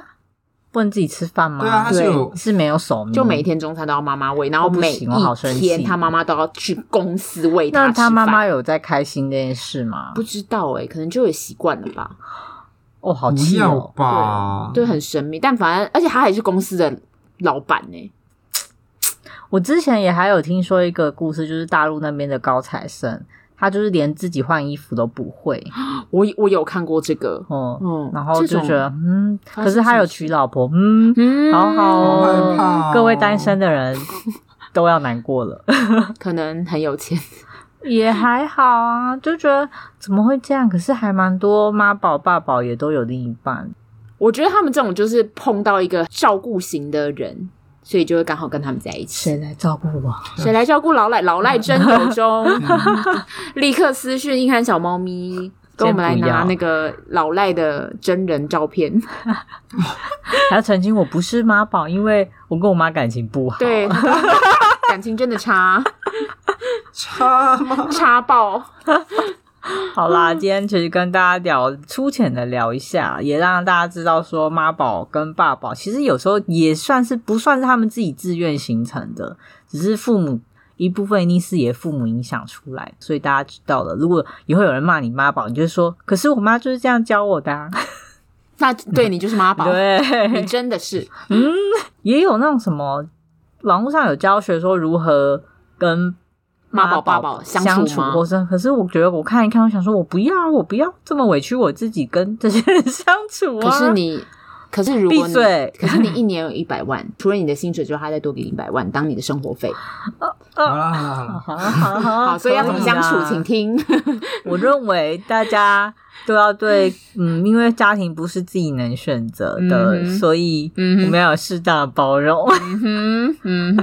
Speaker 1: 不能自己吃饭吗？
Speaker 3: 对啊，它是
Speaker 2: 对
Speaker 3: 有
Speaker 1: 是没有手命，
Speaker 2: 就每一天中餐都要妈妈喂，然
Speaker 1: 嗯
Speaker 2: 后
Speaker 1: 我不
Speaker 2: 每
Speaker 1: 行我好生
Speaker 2: 一天
Speaker 1: 气
Speaker 2: 他妈妈都要去公司喂
Speaker 1: 那
Speaker 2: 吃饭。
Speaker 1: 他妈妈有在开心这件事吗？
Speaker 2: 不知道哎、可能就有习惯了吧，
Speaker 1: 哦，好
Speaker 3: 不
Speaker 1: 气
Speaker 3: 要
Speaker 1: 哦！
Speaker 3: 吧？
Speaker 2: 对，很神秘。但反正，而且他还是公司的老板欸呢、
Speaker 1: 我之前也还有听说一个故事，就是大陆那边的高材生，他就是连自己换衣服都不会，
Speaker 2: 我我有看过这个，
Speaker 1: 哦、
Speaker 2: 嗯，
Speaker 1: 然后
Speaker 2: 这
Speaker 1: 就
Speaker 2: 种
Speaker 1: 觉得嗯，
Speaker 2: 发
Speaker 1: 可是
Speaker 2: 生什
Speaker 1: 他
Speaker 2: 么
Speaker 1: 有
Speaker 2: 事
Speaker 1: 娶老婆，嗯，
Speaker 2: 嗯
Speaker 1: 好好
Speaker 3: 好害
Speaker 1: 哦，
Speaker 3: 怕哦
Speaker 1: 各位单身的 [LAUGHS] 人都要难过了，
Speaker 2: 可能很有钱，
Speaker 1: 也还好啊，就觉得怎么会这样？可是还蛮多妈宝爸宝也都有另一半，
Speaker 2: 我觉得他们这种就是碰到一个照顾型的人，所以就会刚好跟他们在一起。
Speaker 1: 谁来照顾 [LAUGHS] 我？
Speaker 2: 谁来照顾老赖？老赖真有中， [LAUGHS] 立刻私讯硬汉小猫咪，跟我们来
Speaker 1: 先不
Speaker 2: 拿
Speaker 1: 要
Speaker 2: 那个老赖的真人照片。
Speaker 1: 还要澄清我不是妈宝，因为我跟我妈感情不好。
Speaker 2: 对， [LAUGHS] 感情真的差
Speaker 3: 差吗？
Speaker 2: 差爆。
Speaker 1: 好啦，今天其实跟大家聊粗浅的聊一下，也让大家知道说妈宝跟爸宝其实有时候也算是不算是他们自己自愿形成的，只是父母一部分一定是也父母影响出来，所以大家知道了。如果以后有人骂你妈宝，你就说：“可是我妈就是这样教我的、啊。
Speaker 2: 那对你就是妈”宝，你
Speaker 1: 对，
Speaker 2: 真的是
Speaker 1: 也有那种什么网络上有教学说如何跟。
Speaker 2: 妈宝爸
Speaker 1: 宝
Speaker 2: 宝相
Speaker 1: 相
Speaker 2: 处吗
Speaker 1: 我真可是我觉得我看一看，我想说，我不要啊，我不要这么委屈我自己跟这些人相处啊。
Speaker 2: 可是你，可是如果
Speaker 1: 闭
Speaker 2: 你 [LAUGHS]
Speaker 1: 嘴，
Speaker 2: 可是你一年有一百万，除了你的薪水之后，他再多给你一百万当你的生活费。
Speaker 3: [LAUGHS] 好啦好啦好
Speaker 1: 好啦好
Speaker 3: 啦，
Speaker 1: 啦好啦
Speaker 2: 好，哦所以要啊怎么相处，请
Speaker 1: 啦
Speaker 2: 听。
Speaker 1: [LAUGHS] 我认为大家都要对，嗯，因为家庭不是自己能选择的，
Speaker 2: 嗯哼
Speaker 1: 所以
Speaker 2: 嗯哼
Speaker 1: 我们要有适当的包容。
Speaker 2: 嗯哼，嗯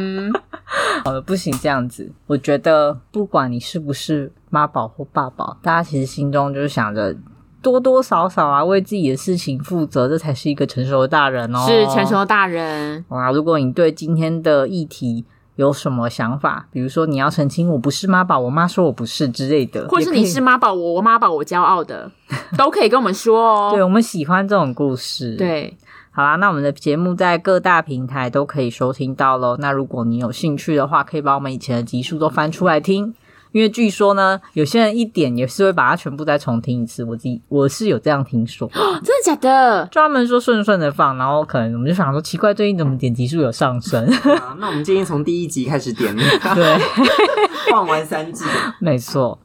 Speaker 2: 哼，
Speaker 1: 不行这样子，我觉得不管你是不是妈宝或爸宝，大家其实心中就是想着。多多少少啊，为自己的事情负责，这才是一个成熟的大人哦。
Speaker 2: [LAUGHS] 是成熟的大人。
Speaker 1: 哇，如果你对今天的议题有什么想法，比如说你要澄清我不是妈宝，我妈说我不是之类的，
Speaker 2: 或者是
Speaker 1: 也可以
Speaker 2: 你是妈宝，我我妈宝，我骄傲的，都可以跟我们说
Speaker 1: 对，
Speaker 2: 哦。
Speaker 1: 我们喜欢这种故事。，
Speaker 2: 对，
Speaker 1: 好啦，那我们的节目在各大平台都可以收听到喽。那如果你有兴趣的话，可以把我们以前的集数都翻出来听，因为据说呢，有些人一点也是会把它全部再重听一次。我自己我是有这样听说，
Speaker 2: 哦真的假的？
Speaker 1: [LAUGHS] 专门说顺顺的放，然后可能我们就想说，奇怪，最近怎么点集数有上升？
Speaker 4: 啊那我们建议从第一集开始点，
Speaker 1: 对，
Speaker 3: [LAUGHS]
Speaker 4: 放完三季。
Speaker 1: 没错。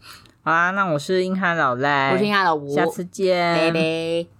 Speaker 1: 好啦，那我是硬汉老赖，
Speaker 2: 我是亚老吴，
Speaker 1: 哎下次见，
Speaker 2: 拜拜。